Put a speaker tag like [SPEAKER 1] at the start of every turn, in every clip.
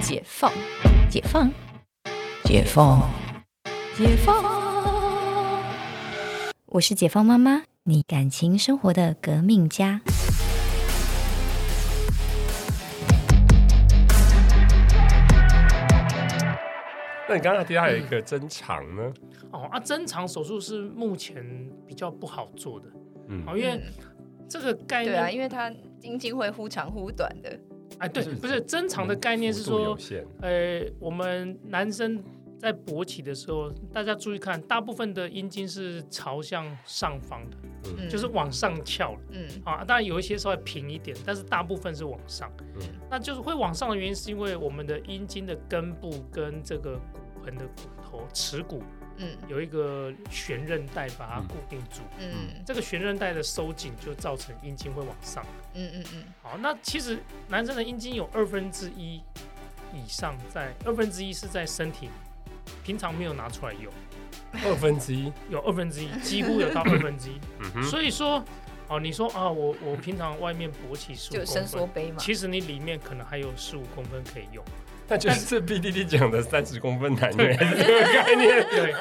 [SPEAKER 1] 解放，解放，解放，解放。
[SPEAKER 2] 我是解放妈妈，你感情生活的革命家。
[SPEAKER 3] 那你刚刚提到有一个增长呢？
[SPEAKER 4] 哦啊，增肠手术是目前比较不好做的，
[SPEAKER 3] 嗯，
[SPEAKER 4] 哦，因为这个概
[SPEAKER 1] 对
[SPEAKER 4] 念，
[SPEAKER 1] 啊，因为它阴茎会忽长忽短的，
[SPEAKER 4] 哎，对，不是增肠的概念是
[SPEAKER 3] 幅度
[SPEAKER 4] 说
[SPEAKER 3] 有，限，
[SPEAKER 4] 呃，我们男生在勃起的时候，大家注意看，大部分的阴茎是朝向上方的，
[SPEAKER 1] 嗯，
[SPEAKER 4] 就是往上翘的
[SPEAKER 1] 嗯
[SPEAKER 4] 啊。当然有一些稍微平一点，但是大部分是往上。
[SPEAKER 3] 嗯
[SPEAKER 4] 那就是会往上的原因，是因为我们的阴茎的根部跟这个骨盆的骨头耻骨
[SPEAKER 1] 嗯
[SPEAKER 4] 有一个悬韧带把它
[SPEAKER 3] 嗯
[SPEAKER 4] 固定住。
[SPEAKER 1] 嗯
[SPEAKER 4] 这个悬韧带的收紧就造成阴茎会往上。
[SPEAKER 1] 嗯嗯嗯
[SPEAKER 4] 好，那其实男生的阴茎有二分之一以上在，二分之一是在身体，平常没有拿出来用，
[SPEAKER 3] 二分之一，
[SPEAKER 4] 有二分 之一，几乎有到二分之一。
[SPEAKER 3] 嗯哼，
[SPEAKER 4] 所以说，哦，你说啊，我我平常外面勃起十
[SPEAKER 1] 就
[SPEAKER 4] 五
[SPEAKER 1] 伸
[SPEAKER 4] 公
[SPEAKER 1] 缩
[SPEAKER 4] 分，
[SPEAKER 1] 杯嘛，
[SPEAKER 4] 其实你里面可能还有十五公分可以 用。
[SPEAKER 3] 那就是 B D D 讲的三十公分男人这个概念，
[SPEAKER 4] 对，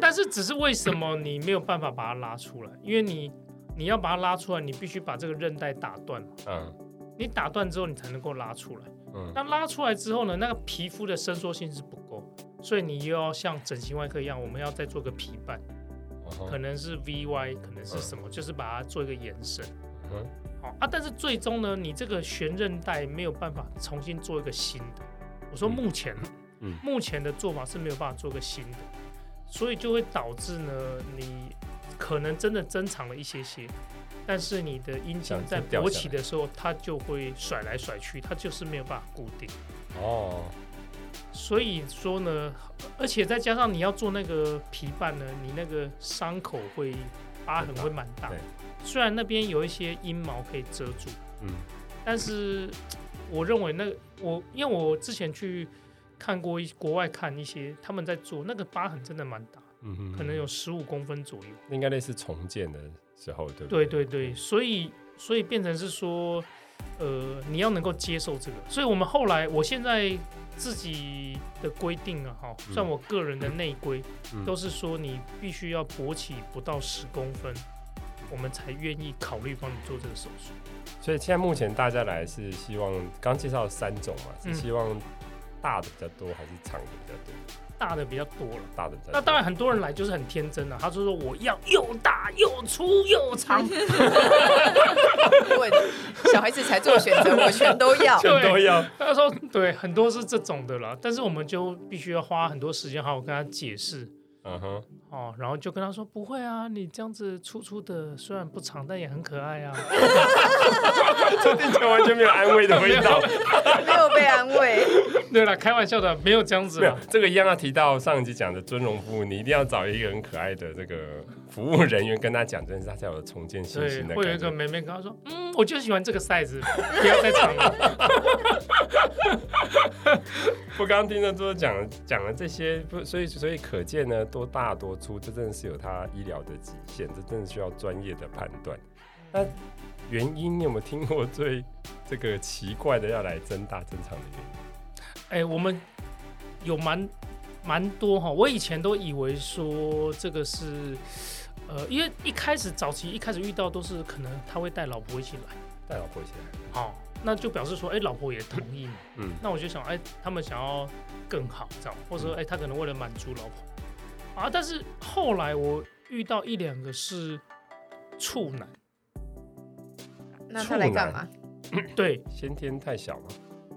[SPEAKER 4] 但是只是为什么你没有办法把它拉出来？因为你你要把它拉出来，你必须把这个韧带打断嘛，
[SPEAKER 3] 嗯
[SPEAKER 4] 你打断之后，你才能够拉出来。
[SPEAKER 3] 嗯
[SPEAKER 4] 那拉出来之后呢，那个皮肤的伸缩性是不够，所以你又要像整形外科一样，我们要再做个皮瓣，可
[SPEAKER 3] 嗯
[SPEAKER 4] 能是 VY，可能是什么，就是把它做一个延伸。
[SPEAKER 3] 哼，
[SPEAKER 4] 好
[SPEAKER 3] 嗯
[SPEAKER 4] 啊，但是最终呢，你这个悬韧带没有办法重新做一个新的。我说
[SPEAKER 3] 嗯
[SPEAKER 4] 目前，啊
[SPEAKER 3] 嗯
[SPEAKER 4] 目前的做法是没有办法做个新的，所以就会导致呢，你可能真的增长了一些些，但是你的阴茎
[SPEAKER 3] 像
[SPEAKER 4] 在
[SPEAKER 3] 掉下
[SPEAKER 4] 勃起
[SPEAKER 3] 来
[SPEAKER 4] 的时候，它就会甩来甩去，它就是没有办法固定。
[SPEAKER 3] 哦，
[SPEAKER 4] 所以说呢，而且再加上你要做那个皮瓣呢，你那个伤口会疤痕会蛮大
[SPEAKER 3] 对。
[SPEAKER 4] 虽然那边有一些阴毛可以遮住，
[SPEAKER 3] 嗯
[SPEAKER 4] 但是我认为那我因为我之前去看过一国外看一些他们在做那个疤痕真的蛮大，
[SPEAKER 3] 嗯哼，
[SPEAKER 4] 可能有十五公分左右。
[SPEAKER 3] 应该类似重建的时候，对不
[SPEAKER 4] 对
[SPEAKER 3] 对
[SPEAKER 4] 对对，所以所以变成是说，呃，你要能够接受这个。所以我们后来，我现在自己的规定啊，哈，
[SPEAKER 3] 嗯
[SPEAKER 4] 算我个人的内规，
[SPEAKER 3] 嗯
[SPEAKER 4] 都是说你必须要勃起不到十公分，我们才愿意考虑帮你做这个手术。
[SPEAKER 3] 所以现在目前大家来是希望刚介绍的三种嘛，是
[SPEAKER 4] 嗯
[SPEAKER 3] 希望大的比较多还是长的比较多？
[SPEAKER 4] 大的比较多了，
[SPEAKER 3] 大的比较多
[SPEAKER 4] 那当然很多人来就是很天真了、啊，他就说我要又大又粗又长，
[SPEAKER 1] 我小孩子才做选择，我全都 要。
[SPEAKER 4] 对
[SPEAKER 3] 全都要，
[SPEAKER 4] 他说对，很多是这种的啦，但是我们就必须要花很多时间好好跟他解释，
[SPEAKER 3] 嗯哼，
[SPEAKER 4] 哦，然后就跟他说不会啊，你这样子粗粗的，虽然不长，但也很可爱啊。
[SPEAKER 3] 这听起来完全没有安慰的味 道。
[SPEAKER 1] 没有被安慰，
[SPEAKER 4] 对啦，开玩笑的，没有这样子啊
[SPEAKER 3] 没有
[SPEAKER 4] 啦。，
[SPEAKER 3] 这个一样要提到上一集讲的尊荣服务，你一定要找一个很可爱的这个服务人员跟他讲，真是他才有重建信
[SPEAKER 4] 对
[SPEAKER 3] 心，的
[SPEAKER 4] 会有一
[SPEAKER 3] 感觉。
[SPEAKER 4] 个妹妹跟他说，嗯，我就喜欢这个 size，不要再长了。
[SPEAKER 3] 我刚刚听着都讲讲了这些，不，所以所以可见呢，多大多粗，这真的是有他医疗的极限，这真的需要专业的判断。那原因你有没有听过最这个奇怪的要来增大增长的原因？
[SPEAKER 4] 哎、我们有蛮蛮多哈，我以前都以为说这个是，呃，因为一开始早期一开始遇到都是可能他会带老婆一起来，
[SPEAKER 3] 带老婆一起来，
[SPEAKER 4] 哦，那就表示说，哎、老婆也同意嘛。
[SPEAKER 3] 嗯
[SPEAKER 4] 那我就想，哎、他们想要更好这样，或者说，哎、他可能为了满足老婆啊。但是后来我遇到一两个是处男，
[SPEAKER 1] 那他来干嘛？
[SPEAKER 4] 对，
[SPEAKER 3] 先天太小嘛，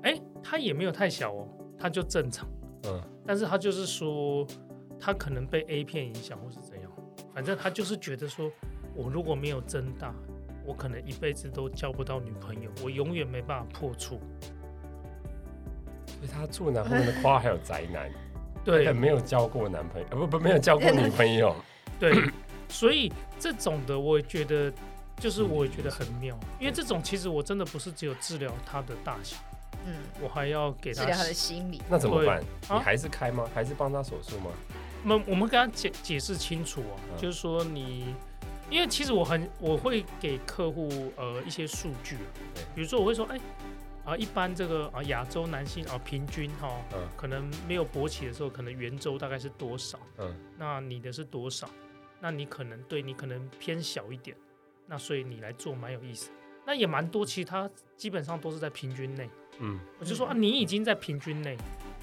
[SPEAKER 4] 哎、他也没有太小哦，他就正常，
[SPEAKER 3] 嗯，
[SPEAKER 4] 但是他就是说，他可能被 A 片影响或是怎样，反正他就是觉得说，我如果没有增大，我可能一辈子都交不到女朋友，我永远没办法破处。
[SPEAKER 3] 所以他处男后 面的夸还有宅男，
[SPEAKER 4] 对，
[SPEAKER 3] 但没有交过男朋友，呃不不，没有交过女朋 友，
[SPEAKER 4] 对，所以这种的我也觉得，就是我也觉得很妙，因为这种其实我真的不是只有治疗它的大小，
[SPEAKER 1] 嗯，
[SPEAKER 4] 我还要给
[SPEAKER 1] 治
[SPEAKER 4] 他
[SPEAKER 1] 疗他的心理。
[SPEAKER 3] 那怎么
[SPEAKER 4] 对
[SPEAKER 3] 办？
[SPEAKER 4] 啊
[SPEAKER 3] 你还是开吗？还是帮他手术吗？
[SPEAKER 4] 我们我们跟他解解释清楚啊，
[SPEAKER 3] 嗯
[SPEAKER 4] 就是说你，因为其实我很我会给客户呃一些数据啊
[SPEAKER 3] 对，
[SPEAKER 4] 比如说我会说，哎、啊、啊，一般这个啊亚洲男性啊平均哈、哦
[SPEAKER 3] 嗯
[SPEAKER 4] 可能没有勃起的时候，可能圆周大概是多少？
[SPEAKER 3] 嗯，
[SPEAKER 4] 那你的是多少？那你可能对你可能偏小一点，那所以你来做蛮有意思。那也蛮多，其实它基本上都是在平均内。
[SPEAKER 3] 嗯
[SPEAKER 4] 我就说啊，你已经在平均内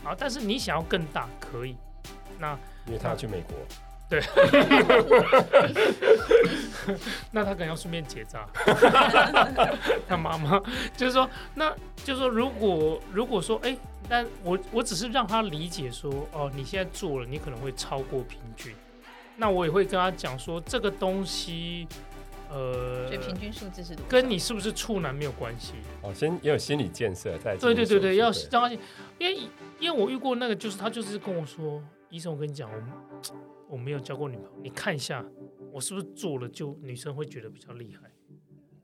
[SPEAKER 4] 啊，但是你想要更大可以。那
[SPEAKER 3] 因为他要去美国，
[SPEAKER 4] 啊那他可能要顺便结扎， 他妈妈就是说，那就是说，如果如果说，哎、那我我只是让他理解说，哦，你现在做了，你可能会超过平均。那我也会跟他讲说，这个东西，呃
[SPEAKER 1] 所以，平均数字是多少？
[SPEAKER 4] 跟你是不是处男没有关系。
[SPEAKER 3] 哦，先也有心理建设再进
[SPEAKER 4] 对
[SPEAKER 3] 入
[SPEAKER 4] 对对对，要
[SPEAKER 3] 手术
[SPEAKER 4] 让他，因为因为我遇过那个，就是他就是跟我说，医生，我跟你讲，我们 我没有交过女朋友，你看一下，我是不是做了就女生会觉得比较厉害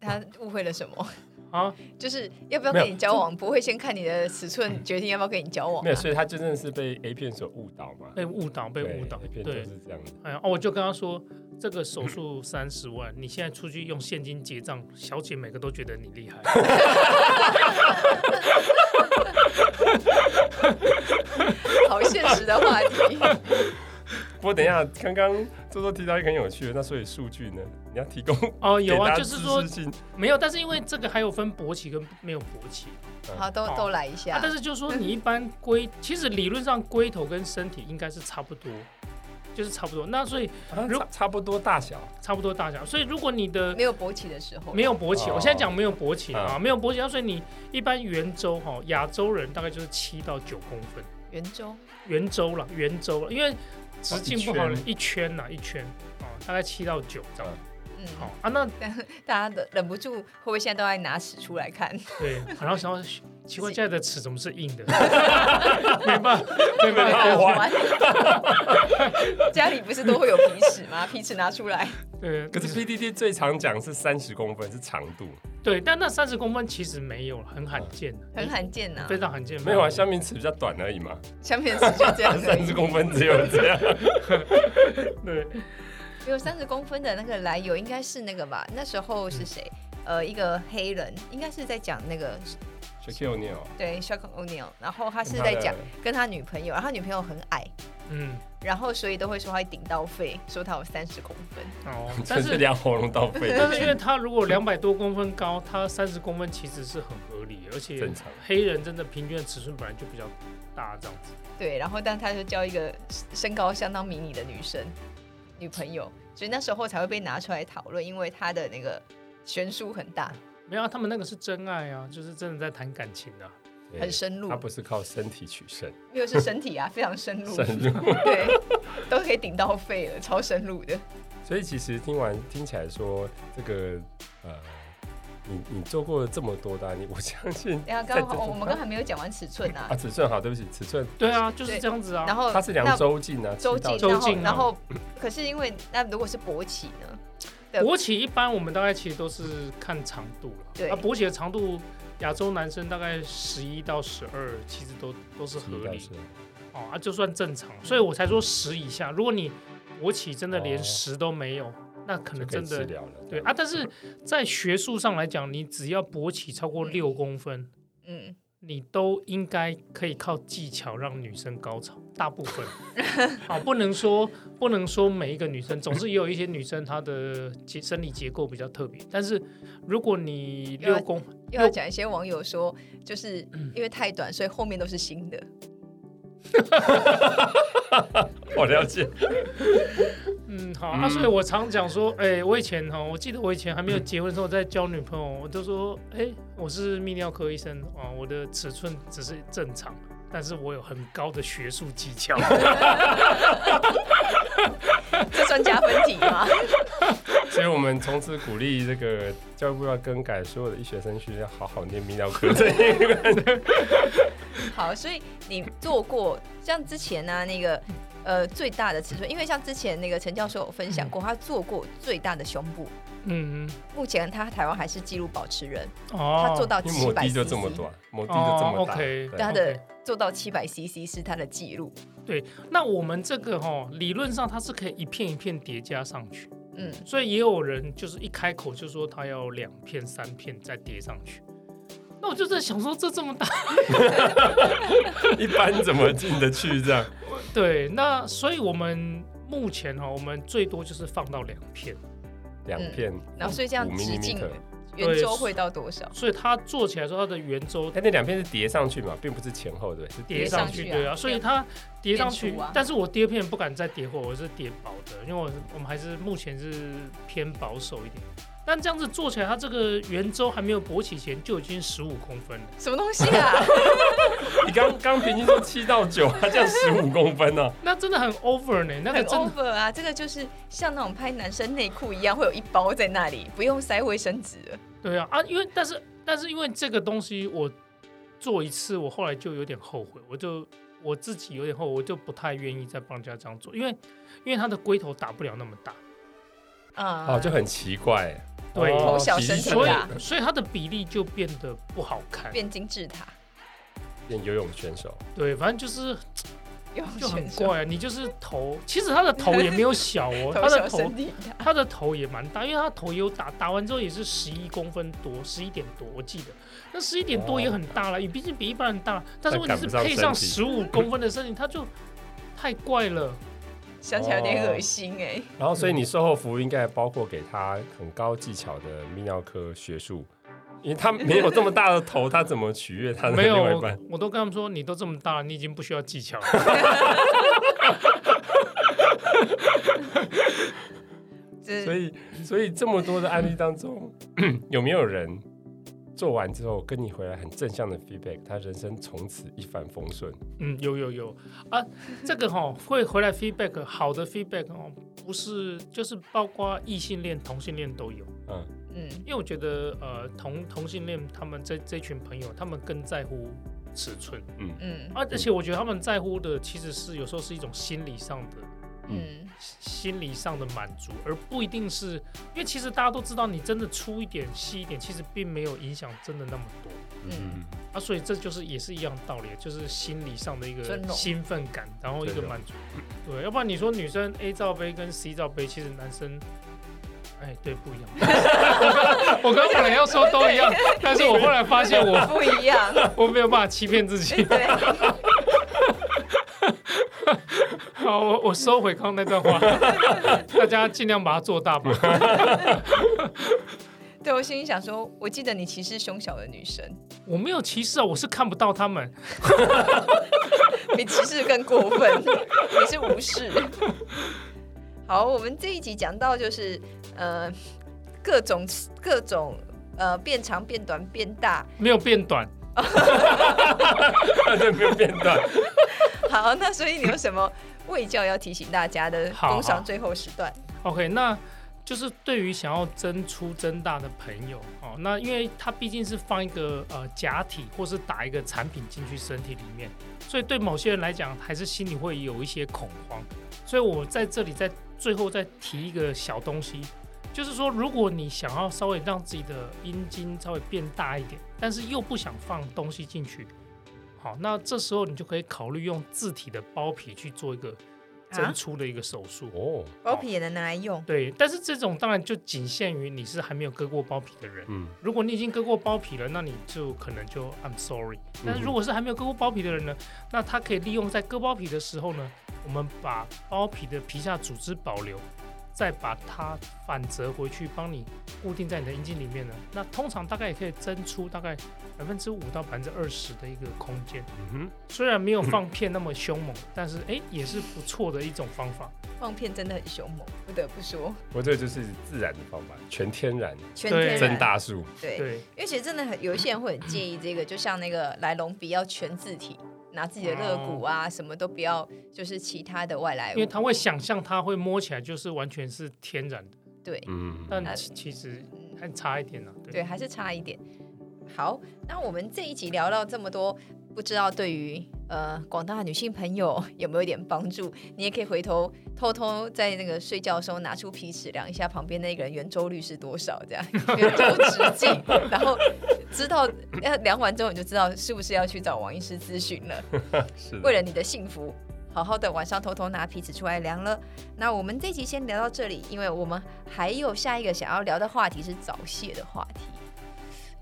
[SPEAKER 1] 他误会了什么？
[SPEAKER 4] 啊？
[SPEAKER 1] 就是要不要
[SPEAKER 3] 没有
[SPEAKER 1] 跟你交往，不会先看你的尺寸决定要不要跟你交往、
[SPEAKER 3] 没有，
[SPEAKER 1] 啊。
[SPEAKER 3] 所以他真正是被 A 片所误导嘛，
[SPEAKER 4] 被误导，被
[SPEAKER 3] 对
[SPEAKER 4] 误导
[SPEAKER 3] A，片就
[SPEAKER 4] 对，
[SPEAKER 3] 是这样子，
[SPEAKER 4] 哎呀，哦，我就跟他说，这个手术三十万，你现在出去用现金结账，小姐每个都觉得你 厉害，
[SPEAKER 1] 好现实的话题。
[SPEAKER 3] 不过等一下，刚刚周周提到一个很有趣的，那所以数据呢，你要提供
[SPEAKER 4] 哦，
[SPEAKER 3] 给
[SPEAKER 4] 有啊，
[SPEAKER 3] 大家
[SPEAKER 4] 就是说
[SPEAKER 3] 知识性
[SPEAKER 4] 没有，但是因为这个还有分勃起跟没有勃起，
[SPEAKER 1] 好，都都来一下。
[SPEAKER 4] 啊，但是就是说你一般龟，其实理论上龟头跟身体应该是差不多，就是差不多，那所以
[SPEAKER 3] 啊
[SPEAKER 4] 如
[SPEAKER 3] 差差不多大小，
[SPEAKER 4] 差不多大小，所以如果你的
[SPEAKER 1] 没有勃起的时候，
[SPEAKER 4] 没有勃起，
[SPEAKER 3] 哦
[SPEAKER 4] 我现在讲没有勃起
[SPEAKER 3] 嗯
[SPEAKER 4] 啊，没有勃起，那所以你一般圆周哈，亚洲人大概就是七到九公分。
[SPEAKER 1] 圆周，
[SPEAKER 4] 圆周了，圆周了，因为直径不好
[SPEAKER 3] 哦一，
[SPEAKER 4] 啊一圈呐，一圈哦，大概七到九这样。
[SPEAKER 1] 嗯，
[SPEAKER 4] 好啊，那
[SPEAKER 1] 大家忍忍不住，会不会现在都在拿尺出来看？
[SPEAKER 4] 对，然后想到奇怪，现在的尺怎么是硬 的？没办法，没办
[SPEAKER 3] 好
[SPEAKER 4] 法。
[SPEAKER 3] 玩
[SPEAKER 1] 家里不是都会有皮尺吗？ 皮尺拿出来，
[SPEAKER 4] 对，
[SPEAKER 3] 可是 PDD 最常讲是三十公分是长度，
[SPEAKER 4] 对，但那三十公分其实没有，很罕见的，
[SPEAKER 1] 很罕见呐、
[SPEAKER 4] 非常罕见。
[SPEAKER 3] 哦没有啊，香槟尺比较短而已嘛，
[SPEAKER 1] 下面尺就这样而
[SPEAKER 3] 三
[SPEAKER 1] 已
[SPEAKER 3] 十公分只有 这样。
[SPEAKER 4] 对，
[SPEAKER 1] 只有三十公分的那个来由应该是那个吧？那时候是谁？呃，一个黑人，应该是在讲那个
[SPEAKER 3] Shaquille
[SPEAKER 4] 哦
[SPEAKER 3] O'Neal
[SPEAKER 1] 对 s h a q O'Neal，然后他是在讲跟他女朋友，然后他女朋友很矮，
[SPEAKER 4] 嗯，
[SPEAKER 1] 然后所以都会说他会顶到肺，说他有三十公分。
[SPEAKER 4] 哦，
[SPEAKER 3] 真
[SPEAKER 4] 但
[SPEAKER 3] 是
[SPEAKER 4] 是
[SPEAKER 3] 量喉咙到肺，
[SPEAKER 4] 但是因为他如果两百多公分高，他三十公分其实是很合理，而且
[SPEAKER 3] 正常
[SPEAKER 4] 黑人真的平均的尺寸本来就比较大这样子。
[SPEAKER 1] 对，然后但他就交一个身高相当迷你的女生女朋友，所以那时候才会被拿出来讨论，因为他的那个悬殊很大，
[SPEAKER 4] 没有、啊，他们那个是真爱啊，就是真的在谈感情的、啊。
[SPEAKER 3] 对
[SPEAKER 1] 很深入
[SPEAKER 3] 他，不是靠身体取胜，
[SPEAKER 1] 又是身体啊，非常深入，
[SPEAKER 3] 深入。
[SPEAKER 1] 对，都可以顶到肺了，超深入的。
[SPEAKER 3] 所以其实听完听起来说，这个呃，你你做过这么多的啊、你我相信
[SPEAKER 1] 然后
[SPEAKER 3] 在
[SPEAKER 1] 刚
[SPEAKER 3] 这
[SPEAKER 1] 好、哦我们刚才没有讲完尺寸啊
[SPEAKER 3] 啊，尺寸好，对不起，尺寸
[SPEAKER 4] 对啊，就是这样子啊。
[SPEAKER 1] 然后
[SPEAKER 3] 它是量
[SPEAKER 1] 那
[SPEAKER 3] 周径啊，
[SPEAKER 1] 周
[SPEAKER 3] 七
[SPEAKER 1] 径，
[SPEAKER 3] 到
[SPEAKER 4] 周
[SPEAKER 1] 然后
[SPEAKER 4] 径啊
[SPEAKER 1] 然 后可是因为那如果是勃起呢？的
[SPEAKER 4] 勃起一般我们大概其实都是看长度了。
[SPEAKER 1] 对
[SPEAKER 4] 啊，勃起的长度，亚洲男生大概十一到十二，其实都都是合理
[SPEAKER 3] 七到十
[SPEAKER 4] 哦啊，就算正常。所以我才说十以下，如果你勃起真的连
[SPEAKER 3] 哦
[SPEAKER 4] 十都没有，那可
[SPEAKER 3] 就
[SPEAKER 4] 能
[SPEAKER 3] 可以
[SPEAKER 4] 真
[SPEAKER 3] 治
[SPEAKER 4] 的。
[SPEAKER 3] 疗了。
[SPEAKER 4] 对啊，但是在学术上来讲，你只要勃起超过六公分，
[SPEAKER 1] 嗯，
[SPEAKER 4] 你都应该可以靠技巧让女生高潮，大部分啊，不能说不能说每一个女生，总是也有一些女生她的结生理结构比较特别。但是如果你
[SPEAKER 1] 又要
[SPEAKER 4] 六公
[SPEAKER 1] 又要讲一些网友说，就是
[SPEAKER 3] 嗯
[SPEAKER 1] 因为太短，所以后面都是新的。
[SPEAKER 4] 哦
[SPEAKER 3] 我了解，
[SPEAKER 4] 嗯，好，啊，所以我常讲说，哎、我以前哈，我记得我以前还没有结婚的时候，在交女朋友，我都说，哎、我是泌尿科医生啊，我的尺寸只是正常，但是我有很高的学术技巧。
[SPEAKER 1] 这算加分题吗？
[SPEAKER 3] 所以我们从此鼓励这个教育部要更改所有的医学生去要好好念泌 尿
[SPEAKER 1] 哦
[SPEAKER 3] 科这一个。
[SPEAKER 1] 好，所以你做过像之前呢、那个呃最大的尺寸，因为像之前那个陈教授有分享过，他做过最大的胸部，
[SPEAKER 4] 嗯，
[SPEAKER 1] 目前他台湾还是纪录保持人，
[SPEAKER 4] 哦，
[SPEAKER 1] 他做到
[SPEAKER 3] 因为
[SPEAKER 1] 七
[SPEAKER 3] 摩
[SPEAKER 1] 百
[SPEAKER 3] 的
[SPEAKER 1] cc，
[SPEAKER 3] 就这么短，摩的就这么大。
[SPEAKER 4] 哦，OK
[SPEAKER 3] 对啊
[SPEAKER 1] 对他的
[SPEAKER 4] OK
[SPEAKER 1] 做到七百 CC 是他的记录，
[SPEAKER 4] 那我们这个哈、理论上它是可以一片一片叠加上去，
[SPEAKER 1] 嗯，
[SPEAKER 4] 所以也有人就是一开口就说他要两片、三片再叠上去。那我就在想说，这这么大，
[SPEAKER 3] 一般怎么进得去这样？
[SPEAKER 4] 对，那所以我们目前哈、我们最多就是放到两片，
[SPEAKER 3] 两片，
[SPEAKER 1] 嗯然后所以这样
[SPEAKER 3] 哦五
[SPEAKER 1] 直径
[SPEAKER 3] millimeter
[SPEAKER 1] 圆周会到多少？
[SPEAKER 4] 所以它做起来之后，它的圆周
[SPEAKER 3] 哎，那两片是叠上去嘛，并不是前后对，是
[SPEAKER 4] 叠
[SPEAKER 1] 叠
[SPEAKER 4] 上
[SPEAKER 1] 上
[SPEAKER 4] 去，
[SPEAKER 1] 去啊
[SPEAKER 4] 对啊，所以它叠上去
[SPEAKER 1] 变粗啊，
[SPEAKER 4] 但是我第二片不敢再叠厚，我是叠薄的，因为我是我们还是目前是偏保守一点。但这样子做起来，它这个圆周还没有勃起前就已经十五公分了。
[SPEAKER 1] 什么东西 啊？
[SPEAKER 3] 你刚刚平均说七到九，它这样十五公分啊呢、
[SPEAKER 4] 那真的很 over 呢、那个
[SPEAKER 1] 很
[SPEAKER 4] 真的
[SPEAKER 1] over 啊！这个就是像那种拍男生内裤一样，会有一包在那里，不用塞卫生纸了。
[SPEAKER 4] 对啊啊，因为但是但是因为这个东西我做一次，我后来就有点后悔，我就我自己有点后悔，我就不太愿意再帮人家这样做，因为因为它的龟头打不了那么大，
[SPEAKER 1] 啊、
[SPEAKER 3] 哦，就很奇怪。
[SPEAKER 4] 对
[SPEAKER 3] 哦
[SPEAKER 1] 头小
[SPEAKER 3] 比例
[SPEAKER 1] 身体啊
[SPEAKER 3] 上
[SPEAKER 4] 所以
[SPEAKER 1] 大
[SPEAKER 4] 所以它的比例就变得不好看。
[SPEAKER 1] 变金字塔，
[SPEAKER 3] 变游泳选手，
[SPEAKER 4] 对，反正就是
[SPEAKER 1] 又
[SPEAKER 4] 就很
[SPEAKER 1] 选手
[SPEAKER 3] 哦
[SPEAKER 4] 怪啊，你就是头，其实他的头也没有 小哦，他
[SPEAKER 1] 头
[SPEAKER 4] 的
[SPEAKER 1] 小
[SPEAKER 4] 头
[SPEAKER 1] 身体大。
[SPEAKER 4] 他的头也蛮大，因为他头也有打，打完之后也是十一公分多，十一点多，我记得那十一点多也很大了，也毕竟比一般人大，但是问题是
[SPEAKER 3] 但赶
[SPEAKER 4] 配
[SPEAKER 3] 不上
[SPEAKER 4] 上
[SPEAKER 3] 身
[SPEAKER 4] 十五公分的身体，他就太怪 了。
[SPEAKER 1] 想起来有点恶心哎、
[SPEAKER 3] 然后所以你售后服务应该包括给他很高技巧的泌尿科学术，因为他没有这么大的头，他怎么取悦他的
[SPEAKER 4] 没有
[SPEAKER 3] 另外一半？，
[SPEAKER 4] 我都跟他们说，你都这么大了，你已经不需要技巧了。
[SPEAKER 1] 这
[SPEAKER 3] 所以所以这么多的案例当中，有没有人做完之后跟你回来很正向的 feedback，他人生从此一帆风顺？
[SPEAKER 4] 嗯，有有有啊，这个哈、会回来 feedback 好的 feedback 哦，不是就是包括异性恋、同性恋都有。
[SPEAKER 3] 嗯，
[SPEAKER 1] 嗯
[SPEAKER 4] 因为我觉得呃同同性恋他们这这群朋友，他们更在乎尺寸，啊
[SPEAKER 1] 嗯
[SPEAKER 4] 而、而且我觉得他们在乎的其实是有时候是一种心理上的
[SPEAKER 1] 嗯
[SPEAKER 4] 心理上的满足，而不一定是因为其实大家都知道，你真的粗一点细一点，其实并没有影响真的那么多
[SPEAKER 1] 嗯，
[SPEAKER 4] 啊，所以这就是也是一样道理，就是心理上的一
[SPEAKER 1] 尊
[SPEAKER 4] 个
[SPEAKER 1] 荣
[SPEAKER 4] 兴奋感，然后一个
[SPEAKER 3] 尊荣
[SPEAKER 4] 满足，对，要不然你说女生 A 罩杯跟 C 罩杯，其实男生。哎，对，不一 样。我刚本来要说都一样，但是我后来发现我
[SPEAKER 1] 不一样，
[SPEAKER 4] 我没有办法欺骗自己。
[SPEAKER 1] 对，
[SPEAKER 4] 好，我我收回刚刚那段话， 大家尽量把它做大吧。
[SPEAKER 1] 对我心里想说，我记得你歧视胸小的女生，
[SPEAKER 4] 我没有歧视啊，我是看不到他们。
[SPEAKER 1] 比歧视更过分，你是无视。好，我们这一集讲到就是呃各种各种呃变长、变短、变大。
[SPEAKER 4] 没有变短，
[SPEAKER 3] 对，没有变大。
[SPEAKER 1] 好，那所以你有什么卫教要提醒大家的
[SPEAKER 4] 好好
[SPEAKER 1] 工伤最后时段？
[SPEAKER 4] OK，那就是对于想要增粗增大的朋友哦，那因为它毕竟是放一个呃假体或是打一个产品进去身体里面，所以对某些人来讲，还是心里会有一些恐慌。所以我在这里再最后再提一个小东西，就是说，如果你想要稍微让自己的阴茎稍微变大一点，但是又不想放东西进去，好，那这时候你就可以考虑用自体的包皮去做一个增
[SPEAKER 1] 啊
[SPEAKER 4] 粗的一个手术。
[SPEAKER 3] 哦，
[SPEAKER 1] 包皮也能拿来用，
[SPEAKER 4] 对，但是这种当然就仅限于你是还没有割过包皮的人。
[SPEAKER 3] 嗯，
[SPEAKER 4] 如果你已经割过包皮了，那你就可能就 I'm sorry。但是如果是还没有割过包皮的人呢，那他可以利用在割包皮的时候呢，我们把包皮的皮下组织保留，再把它反折回去，帮你固定在你的阴茎里面呢。那通常大概也可以增出大概百分之五到百分之二十的一个空间。
[SPEAKER 3] 嗯
[SPEAKER 4] 虽然没有放片那么凶猛，但是诶也是不错的一种方法。
[SPEAKER 1] 放片真的很凶猛，不得不说，
[SPEAKER 3] 哼，我这个就是自然的方法，全天然，
[SPEAKER 1] 全
[SPEAKER 4] 对
[SPEAKER 1] 天然
[SPEAKER 3] 增大术。
[SPEAKER 1] 对，
[SPEAKER 4] 对。
[SPEAKER 1] 因为其实真的很有一些人会很介意这个，就像那个来龙鼻要全字体，拿自己的肋骨啊，什么都不要，就是其他的外来物。
[SPEAKER 4] 因为他会想象他会摸起来就是完全是天然的，
[SPEAKER 1] 对
[SPEAKER 3] 嗯，
[SPEAKER 4] 但其其实还差一点呢、啊对，
[SPEAKER 1] 对还是差一点。好，那我们这一集聊到这么多，不知道对于呃广大女性朋友有没有一点帮助？你也可以回头偷偷在那个睡觉的时候拿出皮尺量一下旁边那个人圆周率是多少，这 样圆周直径，然后知道要量完之后你就知道是不是要去找王医师咨询了。
[SPEAKER 3] 是的
[SPEAKER 1] 为。了你的幸福，好好的晚上偷偷拿皮尺出来量了。那我们这集先聊到这里，因为我们还有下一个想要聊的话题是早泄的话题。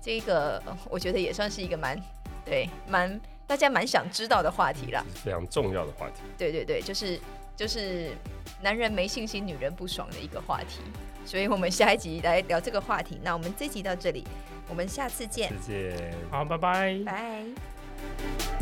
[SPEAKER 1] 这个呃我觉得也算是一个蛮对蛮大家蛮想知道的话题啦。
[SPEAKER 3] 是非常重要的话题。
[SPEAKER 1] 对对对，就是就是男人没信心，女人不爽的一个话题。所以我们下一集来聊这个话题。那我们这集到这里，我们下次见
[SPEAKER 3] 再，见。
[SPEAKER 4] 好，拜拜。
[SPEAKER 1] 拜。